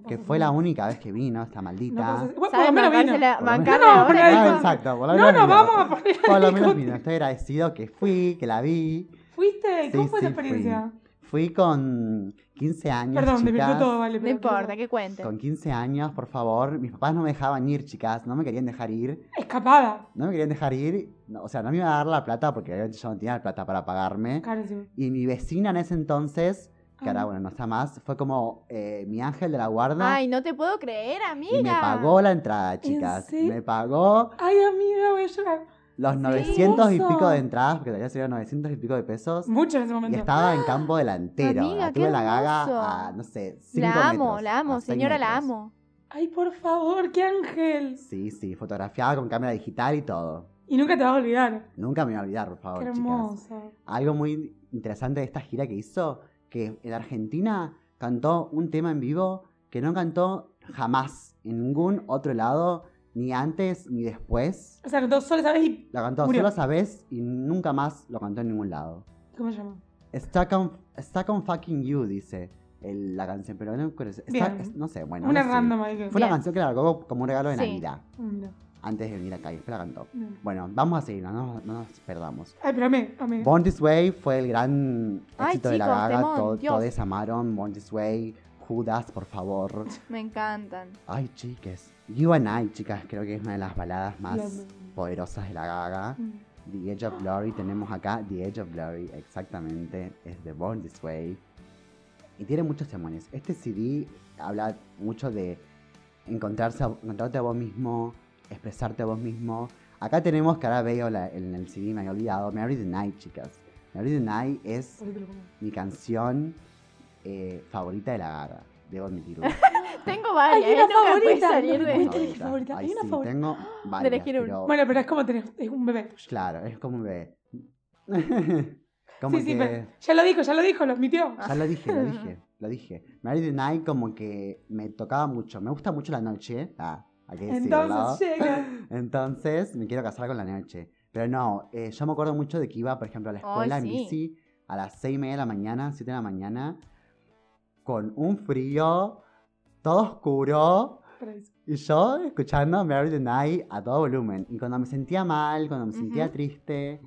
que fue la única vez que vino esta
No,
maldita.
pasa- bueno, por lo
¿Saben
menos vino.
bancársela-
Por lo menos-
bancarla
No,
ahora?
pero-
Ah,
Nico.
exacto, por lo
No,
menos
no,
vino.
vamos a poner.
Por lo
al
menos
Nico.
vino, estoy agradecido que fui, que la vi.
¿Fuiste? ¿Cómo
Sí,
fue esa
sí, fui.
experiencia?
Fui con 15 años.
Perdón, me
chicas.
pintó todo, vale.
No
pero-
importa, que cuenten.
Con 15 años, por favor. Mis papás no me dejaban ir, chicas. No me querían dejar ir.
Escapada.
No me querían dejar ir. No, o sea, no me iban a dar la plata porque obviamente yo no tenía la plata para pagarme.
Carísimo.
Y mi vecina en ese entonces, que ahora
Ah.
bueno, no está más, fue como eh, mi ángel de la guarda.
Ay, no te puedo creer, amiga.
y me pagó la entrada, chicas.
serio?
Me pagó
Ay, amiga, voy a llorar.
los 900 y pico
hermoso.
de entradas, porque todavía serían 900 y pico de pesos.
Mucho en ese
Y
momento.
estaba en campo delantero.
Amiga, qué
Tuve la
hermoso.
gaga a, no sé, 5
La amo, la amo, señora, la amo.
Ay, por favor, qué ángel.
Sí, sí, fotografiada con cámara digital y todo.
Y nunca te vas a olvidar.
Nunca me voy a olvidar, por favor,
Qué
chicas.
hermoso.
Algo muy interesante de esta gira que hizo, que en Argentina cantó un tema en vivo que no cantó jamás en ningún otro lado, ni antes ni después.
O sea, que todos solo sabes y.
Lo cantó
Murió.
solo esa vez y nunca más lo cantó en ningún lado.
¿Cómo se llama?
Stuck on, stuck on fucking you, dice el- la canción, pero no, creo- está-
Bien.
es- no sé, bueno.
Una
no sé.
random ahí que.
Fue una
Bien.
canción que largó como un regalo de
Sí.
Navidad,
No,
antes de venir acá y después la cantó.
no.
Bueno, vamos a seguir, no, nos- no nos perdamos.
Ay, pero amé, amé.
Born This Way fue el gran
Ay,
éxito de la
chicos,
gaga.
temón,
to-
Dios.
todos amaron Born This Way, Judas, por favor.
Me encantan.
Ay, chiques. You and I, chicas, creo que es una de las baladas más
La amo.
poderosas de la gaga.
Mm.
The Edge of Glory, tenemos acá The Edge of Glory, exactamente, es de Born This Way. Y tiene muchos temones. Este CD habla mucho de encontrarse, a- encontrarte a vos mismo, expresarte a vos mismo. Acá tenemos, que ahora veo la- en el CD, me había olvidado, Mary the Night, chicas. Mary the Night es
Por ahí te lo pongo.
mi canción eh, favorita de la gaga, debo admitirlo.
Tengo
Ay,
varias,
hay una
¿eh? Nunca puede
favorita.
salir
no
de-
me
Tengo
cuentes que es favorita.
favoritas. Ay,
Hay una
sí,
favorita.
tengo varias,
elegir una.
pero-
Bueno, pero es como tenés, es un bebé.
Claro, es como un bebé. como
sí,
que...
sí,
Ah,
pero ya lo dijo, ya lo dijo, lo admitió.
Ya lo dije, lo dije, lo dije. Married the Night como que me tocaba mucho. Me gusta mucho la noche. Ah, hay que decirlo.
Entonces llega.
Entonces me quiero casar con la noche. Pero no, eh, yo me acuerdo mucho de que iba, por ejemplo, a la escuela
sí.
en bici a las seis y media de la mañana, 7 de la mañana, con un frío, todo oscuro,
Para eso.
y yo escuchando Married the Night a todo volumen. Y cuando me sentía mal, cuando me sentía
Ujú.
triste,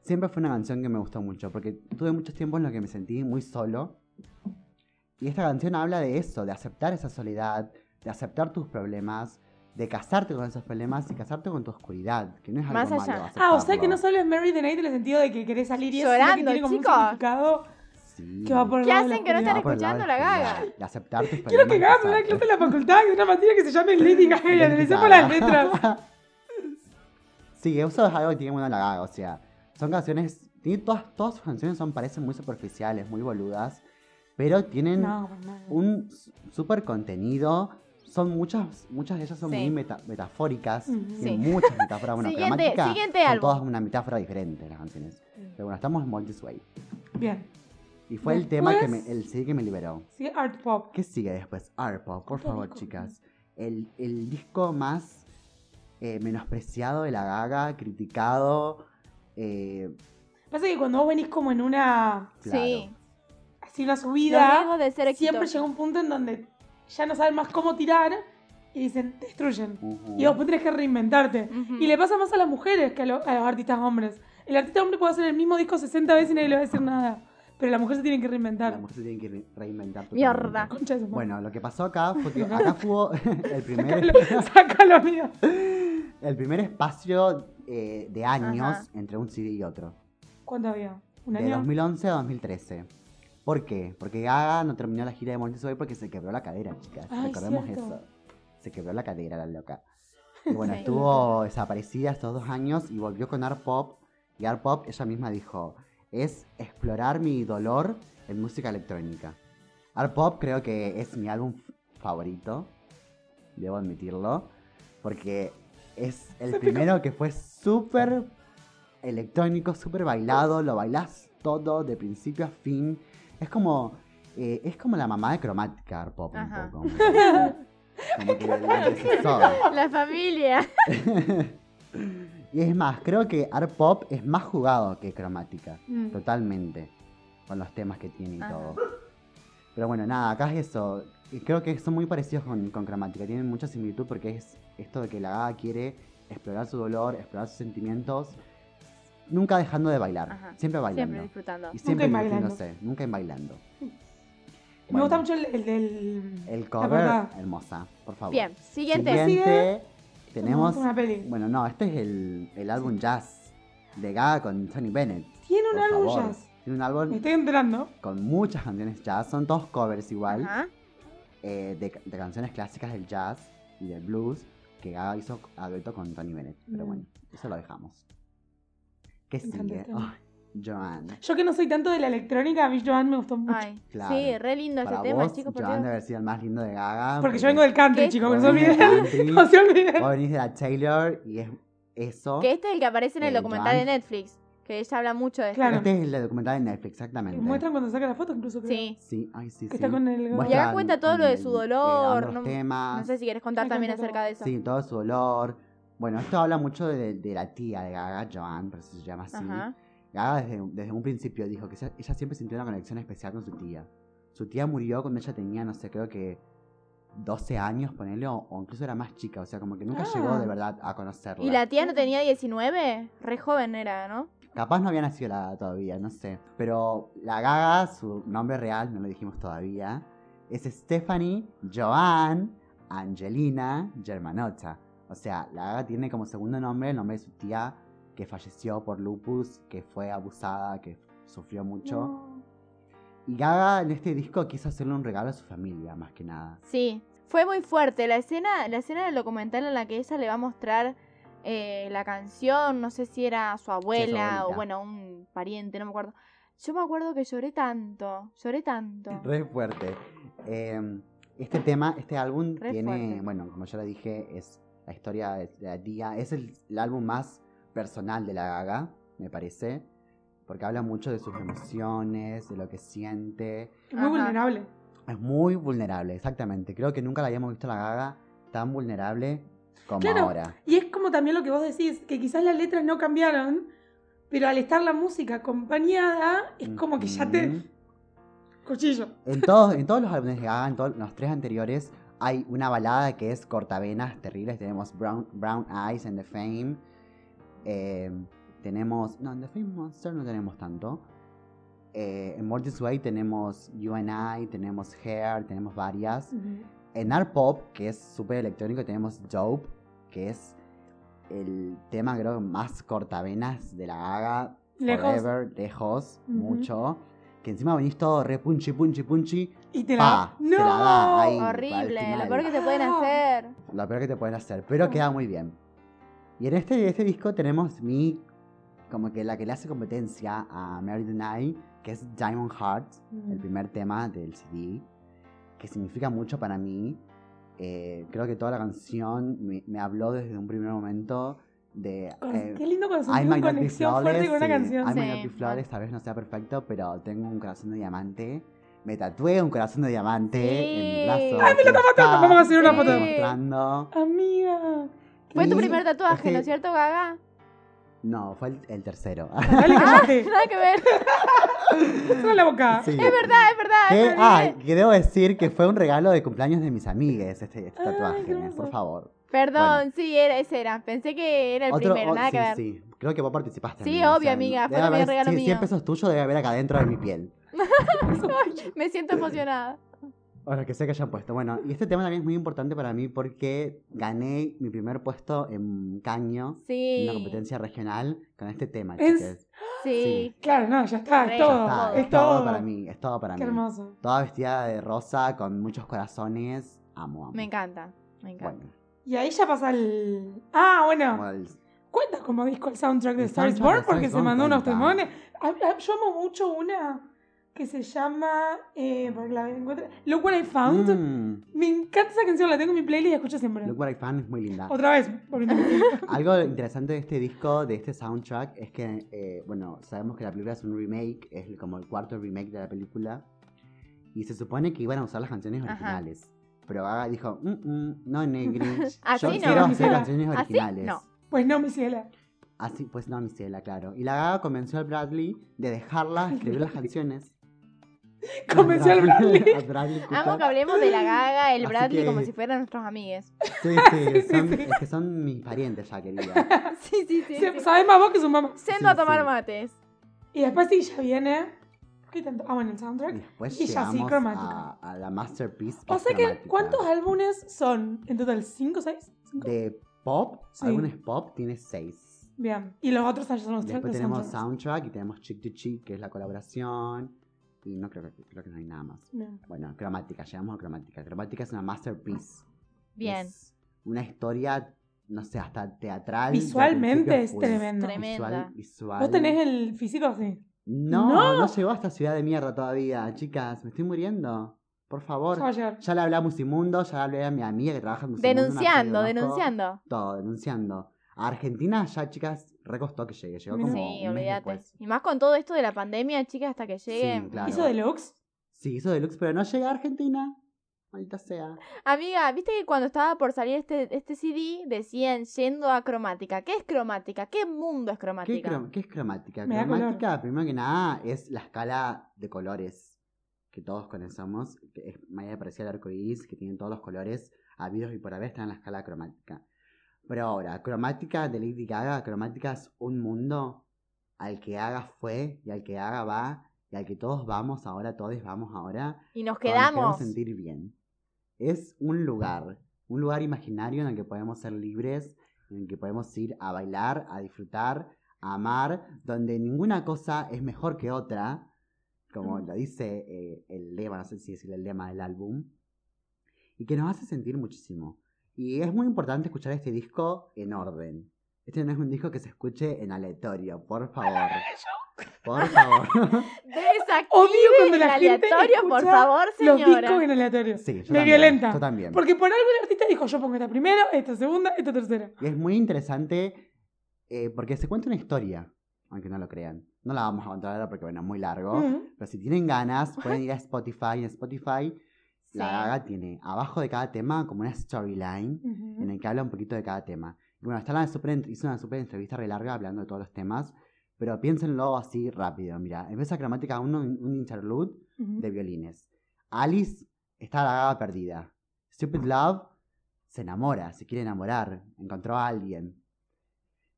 siempre fue una canción que me gustó mucho, porque tuve muchos tiempos en los que me sentí muy solo. Y esta canción habla de eso, de aceptar esa soledad, de aceptar tus problemas, de casarte con esos problemas y casarte con tu oscuridad, que no es algo
Más
malo.
allá.
Ah, o sea que
aceptarlo.
no solo es Mary the Night en el sentido de que querés salir y eso, sino
Llorando,
que tiene como
chicos.
un significado
Sí.
que va por el
¿Qué
lado de la
hacen que no están
oscuridad.
Va Ah, por el lado
escuchando
de
la gaga?
oscuridad, De aceptar tus problemas.
Quiero que
y
hagamos una
casarte.
clase en la facultad y una materia que se llame Lady Gaga y
Lady
analicemos
Gaga.
las letras.
Sí, eso es algo que tiene una la gaga, o sea, son canciones, tiene todas, todas sus canciones son, parecen muy superficiales, muy boludas, pero tienen
No, por nada.
un s- súper contenido, son muchas, muchas de ellas son
Sí.
muy meta- metafóricas,
Ujú.
tienen muchas metáforas, bueno,
Siguiente-
gramática,
siguiente
son
álbum.
todas una metáfora diferente las canciones. Pero bueno, estamos en Mold This Way.
Bien,
Y fue el tema que me,
Después-
el CD que me liberó.
sigue Art Pop.
¿Qué sigue después? Arpa, por
Puerto
favor,
Rico.
chicas. El, el disco más eh, menospreciado de la gaga, criticado. eh,
Pasa que cuando vos venís como en una,
claro.
Sí.
así una
Los
subida,
riesgos de ser
siempre
exitoso.
llega un punto en donde ya no saben más cómo tirar y dicen, destruyen.
Ujú.
Y vos tenés que reinventarte.
Ujú.
Y le pasa más a las mujeres que a, lo- a los artistas hombres. El artista hombre puede hacer el mismo disco 60 veces y nadie le va a decir nada. Pero la mujer se tiene que
La
reinventar.
mujer se tiene que re- reinventar.
Mierda.
totalmente.
Concha de su madre.
Bueno, lo que pasó acá fue que acá fue el primer,
Sácalo, sácalo, amiga.
el primer espacio eh, de años
Ajá.
entre un CD y otro.
¿Cuánto había? ¿Un
De
año?
2011 a 2013. ¿Por qué? Porque Gaga no terminó la gira de Montessori porque se quebró la cadera, chicas.
Ay,
Recordemos
cierto.
eso. Se quebró la cadera, la loca. Y bueno,
Sí.
estuvo desaparecida estos dos años y volvió con Art Pop. Y Art Pop, ella misma dijo, es explorar mi dolor en música electrónica. Art Pop creo que es mi álbum favorito, debo admitirlo, porque es el primero que fue súper electrónico, súper bailado, lo bailás todo de principio a fin. Es como, eh, es como la mamá de cromática Art Pop
Ajá.
un poco. me parece. Como que la antecesora.
La familia.
Y Y es más, creo que art pop es más jugado que cromática.
Mm.
Totalmente. Con los temas que tiene y
Ajá.
todo. Pero bueno, nada, acá es eso. Y creo que son muy parecidos con, con cromática. Tienen mucha similitud porque es esto de que la gaga quiere explorar su dolor, explorar sus sentimientos. Nunca dejando de bailar.
Ajá.
Siempre bailando.
Siempre disfrutando.
Y siempre
Nunca
divirtiéndose. Nunca en bailando.
Me
Bueno, Eh,
gusta mucho el, el del...
El
verdad.
cover, hermosa, por favor.
Bien, siguiente.
Siguiente, tenemos.
Una peli.
Bueno, no, este es el, el álbum jazz de Gaga con Tony Bennett.
Tiene un
por
álbum
favor.
jazz.
Tiene un
Me
álbum
estoy enterando.
con muchas canciones jazz. Son todos covers igual
Ajá.
eh, de, de canciones clásicas del jazz y del blues que Gaga hizo a dueto con Tony Bennett. Pero
Mm.
bueno, eso lo dejamos. ¿Qué
encanta
sigue?
este álbum.
Ay, Joan.
Yo que no soy tanto de la electrónica, a mí Joan me gustó mucho.
Ay,
Claro.
sí, re lindo ese
Para
tema,
vos,
chicos. por
Joan
Dios.
debe haber sido el más lindo de Gaga.
Porque yo vengo del country,
¿Qué?
chicos,
vos
no se
venís del
olviden.
country,
No se olviden.
Vos venís de la Taylor y es eso.
Que este es el que aparece en el
Eh,
documental
Joan.
de Netflix, que ella habla mucho de esto.
Claro.
Este es el documental de Netflix, exactamente.
Muestran cuando saca la foto incluso. creo.
Sí.
Sí, ay, sí,
Que
sí.
está con el...
Muestran
Y acá cuenta todo lo de su
el- eh,
dolor,
ambos
no-
temas,
No sé si quieres contar
Sí,
también
cuéntalo.
acerca de eso.
Sí, todo su dolor. Bueno, esto habla mucho de, de la tía de Gaga, Joan, por eso se llama así.
Ajá.
Gaga desde, desde un principio dijo que ella, ella siempre sintió una conexión especial con su tía. Su tía murió cuando ella tenía, no sé, creo que 12 años, ponele, o, o incluso era más chica. O sea, como que nunca
Ah.
llegó de verdad a conocerla.
¿Y la tía no tenía 19? Re joven era, ¿no?
Capaz no había nacido la Gaga todavía, no sé. Pero la Gaga, su nombre real, no lo dijimos todavía, es Stephanie Joan Angelina Germanotta. O sea, la Gaga tiene como segundo nombre el nombre de su tía que falleció por lupus, que fue abusada, que sufrió mucho. Y Gaga en este disco quiso hacerle un regalo a su familia, más que nada.
Sí. Fue muy fuerte. La escena, la escena del documental en la que ella le va a mostrar eh, la canción, no sé si era su abuela o
abuelita.
bueno, un pariente, no me acuerdo. Yo me acuerdo que lloré tanto, lloré tanto.
Re fuerte. Eh, este tema, este álbum
Re
tiene,
fuerte.
bueno, como ya lo dije, es la historia de de la tía. Es el, el álbum más personal de la gaga, me parece. Porque habla mucho de sus emociones, de lo que siente.
Es muy
Ajá.
vulnerable.
Es muy vulnerable, exactamente. Creo que nunca la habíamos visto a la gaga tan vulnerable como
Claro.
ahora.
Y es como también lo que vos decís, que quizás las letras no cambiaron, pero al estar la música acompañada, es como que ya te...
Ujú.
Cuchillo.
En todos, en todos los álbumes de Gaga, en todos los tres anteriores, hay una balada que es cortavenas terribles. Tenemos Brown, Brown Eyes and the Fame. Eh, tenemos. No, en The Fame Monster no tenemos tanto. Eh, en Mortis Way tenemos You and I, tenemos Hair, tenemos varias. En Art Pop, que es súper electrónico, tenemos Dope, que es el tema, creo, más cortavenas de la gaga.
Lejos.
Forever, lejos,
Ujú.
mucho. Que encima venís todo re punchy, punchy, punchy.
Y te la...
Pa, te la da ahí. al
Horrible, lo
final.
peor que te pueden
Ah.
hacer.
Lo peor que te pueden hacer, pero queda muy bien. Y en este, este disco tenemos mi, como que la que le hace competencia a Mary the Night, que es Diamond Heart, el primer tema del CD, que significa mucho para mí. Eh, creo que toda la canción me, me habló desde un primer momento de...
Con-
eh,
Qué lindo cuando
I
sentís
might
una
not be
conexión fuerte
flawless,
con una
sí.
canción.
I might
Sí,
not be
bueno.
flawless, tal vez no sea perfecto, pero tengo un corazón de diamante. Me tatué un corazón de diamante en mi
Sí.
brazo.
Ay,
me lo está
mostrando, vamos a hacer
una
me
foto.
Lo está mostrando.
Amiga.
Fue tu
Y
primer tatuaje,
este-
¿no es cierto, Gaga?
No, fue el, el tercero.
Dale, cállate.
Nada que ver.
Solo la boca.
Sí.
Es verdad, es verdad.
Que,
me olvidé.
ah, que debo decir que fue un regalo de cumpleaños de mis amigues este, este
Ay, qué
tatuaje, eh,
hermoso.
por favor.
Perdón,
Bueno.
sí, era, ese era. Pensé que era el primero,
o-
nada
sí,
que ver.
sí, creo que vos participaste.
Sí, obvio, amiga, fue
debe
también
haber-
regalo
sí,
mío.
100 pesos tuyos debe haber acá dentro de mi piel.
Me siento emocionada.
O lo que sea que hayan puesto. Bueno, y este tema también es muy importante para mí porque gané mi primer puesto en Caño, en
Sí.
una competencia regional, con este tema.
Es-
chicas.
Sí.
Claro, no, ya está,
Re.
es
Ya
todo.
está,
es todo.
para mí, es todo para
Qué
mí.
hermoso.
Toda vestida de rosa, con muchos corazones. Amo, amo.
Me encanta. Me encanta.
Bueno,
Y ahí ya pasa el. Ah,
como
bueno.
el-
Cuenta como disco el soundtrack de
El
Star is
soundtrack de
Born
Star
porque
is
se
Born
mandó unos
cuenta.
temones. A- a- Yo amo mucho una que se llama. Eh, porque la encuentro. Look What I Found.
Mm,
Me encanta esa canción, la tengo en mi playlist y la escucho siempre.
Look What I Found es muy linda.
Otra vez. volviendo a mi playlist.
Algo interesante de este disco, de este soundtrack, es que, eh, bueno, sabemos que la película es un remake, es el- como el cuarto remake de la película, y se supone que iban a usar las canciones
Ajá.
originales. Pero Gaga dijo, "Mm, mm, no, Negri, yo
Así no.
quiero hacer canciones
Así
originales.
no.
pues no, mi ciela.
Así, pues no, Miciela, claro. Y la gaga convenció al Bradley de dejarla escribir las canciones.
Convenció al Bradley.
a Bradley Cooper.
Amo que hablemos de la gaga, el
Así
Bradley,
que-
como si fueran nuestros amigues.
Sí, sí, son, es que son mis parientes ya, querida.
Sí, sí, sí.
Se- Sabes más vos que su mamá.
Sendo a
Sí,
tomar
sí.
mates.
Y después sí, ya viene. ¿Qué tanto? Ah, bueno, el soundtrack.
Y después
Y ya sí,
llegamos
cromática.
a, a la masterpiece. que
O
es
sea que,
cromática.
¿cuántos álbumes son? En total, ¿cinco, seis? ¿Cinco?
De pop,
Sí.
algunos pop, tiene seis.
Bien. Y los otros son los
Después
los
tenemos
soundtracks.
soundtrack y tenemos Chick to Chick, que es la colaboración. Y no creo que, creo que no hay nada más.
Bien.
Bueno, cromática, llegamos a cromática. Cromática es una masterpiece.
Bien.
Es una historia, no sé, hasta teatral. de
Visualmente
principio a
es
fin.
tremendo.
Tremendo. Tremenda.
Visual, visual.
¿Vos tenés el físico? Sí.
No,
No.
no, llegó a esta ciudad de mierda todavía, chicas. Me estoy muriendo. Por favor.
Ya va a llegar.
Ya le hablé a Musimundo, ya le hablé a mi amiga que trabaja en Musimundo. una chica que
Denunciando,
conozco.
denunciando.
Todo, denunciando. A Argentina ya, chicas, recostó que llegue. Llegó como
Mira.
Sí,
un mes
olvídate.
después.
Y más con todo esto de la pandemia, chicas, hasta que llegue.
Sí, claro.
¿Hizo deluxe?
Sí, hizo deluxe, pero no llega a Argentina. Maldita sea.
Amiga, viste que cuando estaba por salir este, este CD decían yendo a cromática. ¿Qué es cromática? ¿Qué mundo es
¿Qué,
cromática?
crom- qué es cromática?
Me da color.
Cromática, primero que nada, es la escala de colores que todos conocemos. que Es media parecida al arco iris, que tiene todos los colores habidos y por haber, está en la escala cromática. Pero ahora, cromática de Lady Gaga, cromática es un mundo al que haga fue y al que haga va y al que todos vamos ahora, todos vamos ahora.
y nos
Todos nos
quedamos.
queremos sentir bien. Es un lugar, un lugar imaginario en el que podemos ser libres, en el que podemos ir a bailar, a disfrutar, a amar, donde ninguna cosa es mejor que otra, como lo dice eh, el lema, no sé si decir el lema del álbum, y que nos hace sentir muchísimo. Y es muy importante escuchar este disco en orden. Este no es un disco que se escuche en aleatorio, por favor. Por favor.
Desactiven
Odio cuando la
el
gente
aleatorio, por
escucha
favor,
Los
señora.
discos en aleatorio.
Sí, yo
Me
también,
violenta.
Yo también.
Porque por algo el artista dijo, yo pongo esta primera, esta segunda, esta tercera.
Y es muy interesante eh, porque se cuenta una historia, aunque no lo crean. No la vamos a contar ahora porque, bueno, es muy largo.
Mm.
Pero si tienen ganas, pueden ir a Spotify. En Spotify, la Gaga tiene abajo de cada tema como una storyline
Ujú.
en el que habla un poquito de cada tema. Y bueno, está la super, hizo una super entrevista re larga hablando de todos los temas. Pero piénsenlo así rápido. Mira, empieza cromática 1, un interlude
Ujú.
de violines. Alice está la gaga perdida. Stupid Love se enamora, se quiere enamorar, encontró a alguien.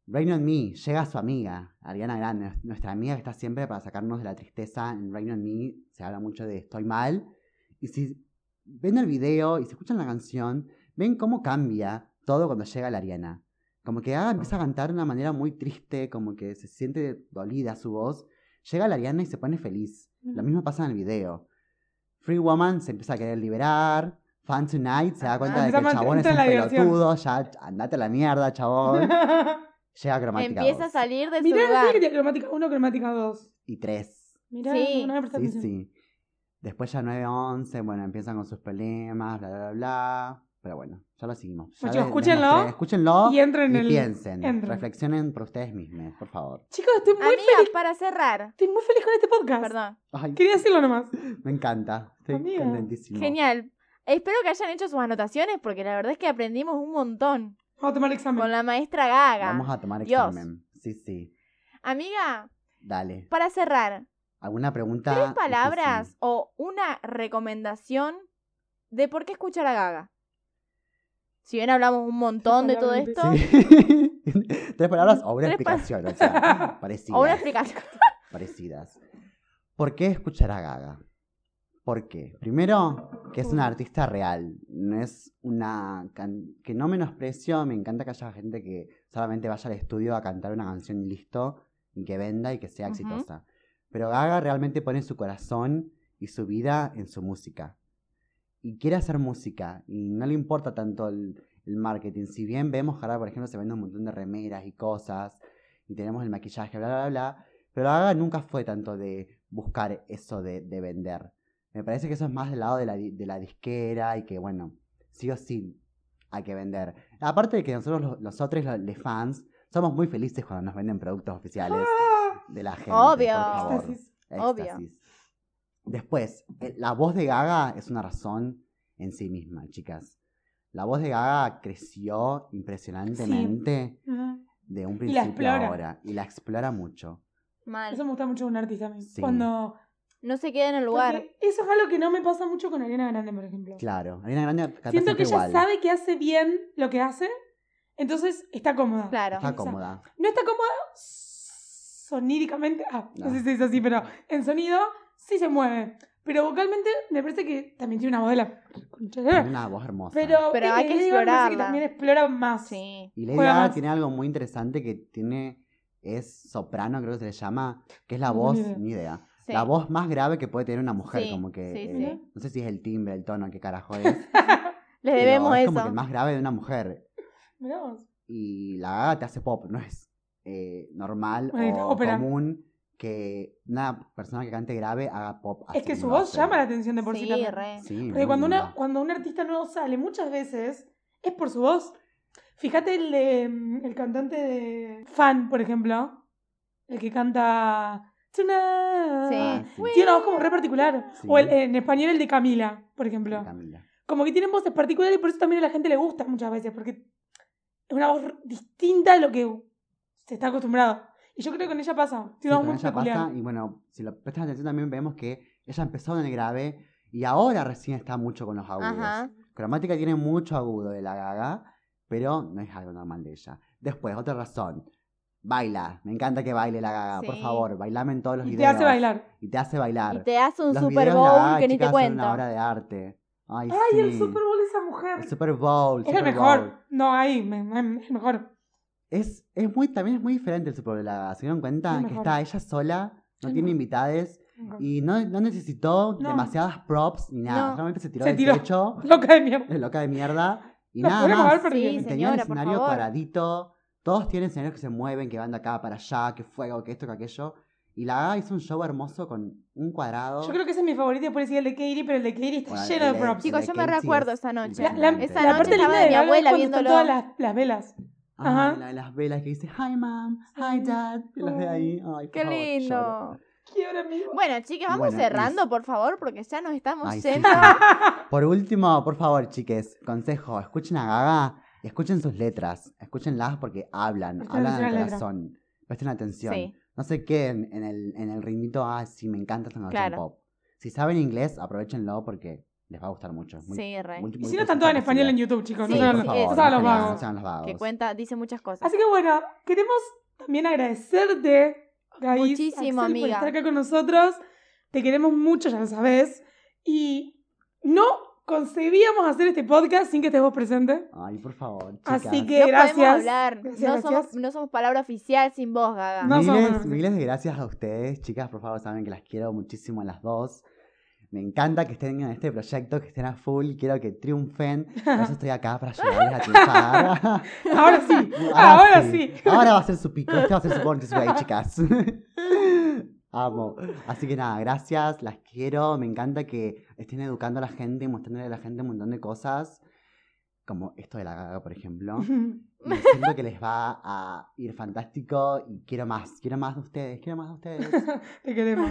Rain on Me llega su amiga, Ariana Grande, nuestra amiga que está siempre para sacarnos de la tristeza. En Rain on Me se habla mucho de estoy mal. Y si ven el video y se escuchan la canción, ven cómo cambia todo cuando llega la Ariana. Como que Gaga empieza a cantar de una manera muy triste, como que se siente dolida su voz. Llega la Ariana y se pone feliz. Lo mismo pasa en el video. Free Woman se empieza a querer liberar. Fan Tonight se da cuenta de que el
Empieza a
chabón es un
entrar en la diversión.
pelotudo. Ya, andate a la mierda, chabón. Llega cromática
Empieza a
dos
salir de su
Mirá, no sé
lugar.
que tiene cromática 1, cromática 2.
Y tres.
Mirá,
Sí.
no me prestaste
Sí,
atención.
sí. Después ya 9-11, bueno, empiezan con sus problemas, bla, bla, bla, bla. Pero bueno, ya lo seguimos. Ya
Muchachos,
les- les
escúchenlo
mostré. Escúchenlo
Y entren en
y
el...
piensen.
entren.
Reflexionen por ustedes mismos, por favor.
Chicos, estoy muy,
Amiga, para cerrar.
estoy muy feliz con este podcast.
Perdón.
Ay,
Quería decirlo nomás.
me encanta. Estoy
Amiga.
contentísimo.
Genial. Espero que hayan hecho sus anotaciones porque la verdad es que aprendimos un montón
Vamos a tomar el examen.
con la maestra Gaga.
Vamos a tomar
Dios.
examen. Sí, sí.
Amiga,
Dale.
para cerrar,
¿Alguna pregunta?
tres palabras
difícil?
o una recomendación de por qué escuchar a Gaga. Si bien hablamos un montón de todo
palabras
esto,
Sí. tres palabras o una
Tres pa-
explicación, o
Ah.
sea, parecidas.
o una explicación.
parecidas. ¿Por qué escuchar a Gaga? ¿Por qué? Primero, que es una artista real, no es una can- que no menosprecio, me encanta que haya gente que solamente vaya al estudio a cantar una canción y listo, y que venda y que sea
Ujú.
exitosa. Pero Gaga realmente pone su corazón y su vida en su música. Y quiere hacer música, y no le importa tanto el, el marketing. Si bien vemos que ahora, por ejemplo, se vende un montón de remeras y cosas, y tenemos el maquillaje, bla, bla, bla, pero la Gaga nunca fue tanto de buscar eso de, de vender. Me parece que eso es más del lado de la, di- de la disquera y que, bueno, sí o sí hay que vender. Aparte de que nosotros, los, nosotros, los, los fans, somos muy felices cuando nos venden productos oficiales
Ah,
de la gente.
Obvio.
por favor.
éxtasis.
Obvio.
Éxtasis. Después, eh, la voz de Gaga es una razón en sí misma, chicas. La voz de Gaga creció impresionantemente
Ajá.
de un
Y la
principio
explora.
ahora. Y la explora mucho.
Mal.
Eso me gusta mucho de un artista a mí.
Sí.
Cuando.
No se queda en el lugar.
porque Eso es algo que no me pasa mucho con Ariana Grande, por ejemplo.
Claro. Ariana Grande canta
Siento que
siempre
ella
igual.
sabe que hace bien lo que hace, entonces está cómoda.
Claro.
Está
o sea,
cómoda.
No está cómoda soníricamente. Ah, no.
No.
sé si se dice así, pero en sonido sí se mueve. Pero vocalmente me parece que también tiene una voz de la concha de la
Tiene una voz hermosa.
Ah, Pero,
Pero
eh,
hay que
Lady Gaga me parece
explorarla.
que también explora más.
Sí.
Y Lady
Juega
Gaga
más.
tiene algo muy interesante que tiene, es soprano, creo que se le llama, que es la
No, ni
voz,
idea.
ni idea.
Sí.
La voz más grave que puede tener una mujer,
Sí,
como que.
sí,
eh,
sí.
No sé si es el timbre, el tono, qué carajo es.
Les
pero
debemos
es
eso.
como que el más grave de una mujer.
Mirá vos.
Y la gaga te hace pop, no es eh, normal
Ahí está,
o
ópera.
común que una persona que cante grave haga pop.
Es que su voz llama la atención de por sí,
Sí,
también.
re.
atención.
Porque cuando, una, cuando un artista nuevo sale, muchas veces es por su voz. Fíjate el, de, mm, el cantante de Fan, por ejemplo. El que canta. Tonight.
Ah,
Sí.
Tiene una voz como re particular.
Sí.
O el- en español el de Camila, por ejemplo. Como que tienen voces particulares y por eso también a la gente le gusta muchas veces, porque es una voz distinta de lo que se está acostumbrado. Y yo creo que con ella pasa. Tiene una voz muy
ella
particular.
pasa, y bueno, si lo prestas atención también vemos que ella empezó en el grave y ahora recién está mucho con los agudos.
Ajá.
Cromática tiene mucho agudo de la gaga, pero no es algo normal de ella. Después, otra razón. Baila. Me encanta que baile la gaga. Por
Sí.
favor, bailame en todos los
Y te
videos.
hace bailar.
Y te hace bailar.
Y te hace un
Los
Super
videos de la
Bowl
gaga,
que ni te
chicas, son una
cuento.
obra de arte. Ay,
Ay, el
sí.
Super Bowl de esa mujer.
El Super Bowl.
es el
Super
mejor.
Bowl.
No, ahí, me- me- es mejor.
Es, es muy, también es muy diferente el Super Bowl de la gaga. Se dieron
Es
cuenta que
mejor.
está ella sola, no
Es
tiene
mejor.
invitades
Mejor.
y no, no necesitó
No.
demasiadas props ni nada.
No.
Solamente se tiró
Se
del
tiró.
techo,
Loca de mierda.
loca de mierda. Y
Nos
nada
podemos
más.
haber perdido.
Sí,
Y
sí.
tenía el
Señora, por
escenario
favor.
cuadradito. Todos tienen escenarios que se mueven, que van de acá para allá, que fuego, que esto, que aquello. Y la Gaga hizo un show hermoso con un cuadrado.
Yo creo que ese es mi favorito, después sigue el de Katy, pero el de Katy está
Bueno,
lleno
el
de
de-
props.
el
Chicos, yo me
Kenzie
recuerdo
es
esa noche.
impresionante.
La-
Esa
la
noche
parte
estaba
linda de
mi
Gaga es
abuela
cuando están
viéndolo.
todas las, las velas.
Ay,
Ajá.
la de las velas que dice, hi mom, hi dad. Y las ve ahí. Ay, por
Qué
favor, lloro.
lindo.
Quiebra mi voz.
Bueno, chicas, vamos
Bueno, y-
cerrando, por favor, porque ya nos estamos
Ay, sí,
yendo.
sí. Por último, por favor, chiques, consejo, escuchen a Gaga y escuchen sus letras. Escúchenlas porque hablan,
Presten
hablan
atención
al
a la letra.
corazón. Presten atención.
Sí.
No se queden en el, en el ritmito, ah, sí, me encanta esta canción
Claro.
pop. Si saben inglés, aprovechenlo porque les va a gustar mucho. Es muy-
Sí, re.
muy-
Y
muy
si no están todas en
fácil.
español en YouTube, chicos.
Sí,
no sean,
por favor,
no
no
sean los
sean-
vagos.
no sean los vagos.
Que cuenta, dice muchas cosas.
Así que bueno, queremos también agradecerte, Gaís,
Muchísimo,
Axel, por
amiga.
estar acá con nosotros. Te queremos mucho, ya lo sabes. Y no concebíamos hacer este podcast sin que estés vos presente.
Ay, por favor, chicas.
Así que
no podemos
gracias.
hablar.
Gracias,
no, somos,
gracias.
no somos palabra oficial sin vos, Gaga.
No somos
miles,
menos.
miles de gracias a ustedes, chicas, por favor, saben que las quiero muchísimo a las dos. Me encanta que estén en este proyecto, que estén a full, quiero que triunfen. Por eso estoy acá para ayudarles a triunfar.
Ahora sí, ahora sí.
Ahora va a ser su pico, este va a ser su Born This Way, chicas. Amo. Así que nada, gracias, las quiero. Me encanta que estén educando a la gente y mostrándole a la gente un montón de cosas. Como esto de la gaga, por ejemplo. Y siento que les va a ir fantástico y quiero más, quiero más de ustedes, quiero más de ustedes.
Te queremos.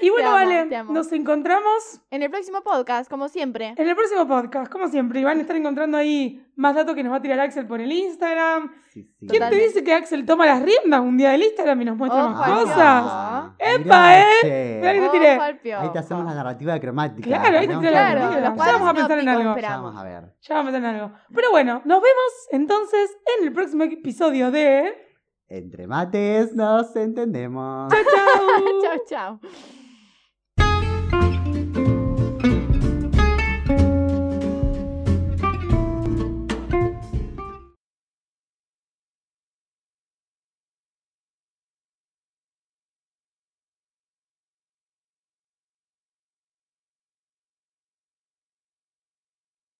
Y bueno,
amo, te
Vale,
amo.
nos encontramos
En el próximo podcast, como siempre.
en el próximo podcast, como siempre. Y van a estar encontrando ahí más datos que nos va a tirar Axel por el Instagram.
Sí, sí.
¿Quién te
Totalmente.
dice que Axel toma las riendas un día del Instagram y nos muestra
Ah,
Ojo,
más
Dios.
cosas? ¡Epa,
Mirá,
eh!
che.
Mirá que- te
Ojo
tiré.
al piojo.
este. Ahí te hacemos la narrativa de cromática.
Claro, ahí te
Tenemos
tiré
que
la
ver.
Claro,
narrativa.
los
Ya vamos a
cuadros
pensar en
sinópticos
algo.
Ya
esperamos.
vamos a ver.
Ya vamos a tener algo. Pero bueno, nos vemos entonces en el próximo episodio de.
Entre mates nos entendemos.
¡Chao!
Chao, chao.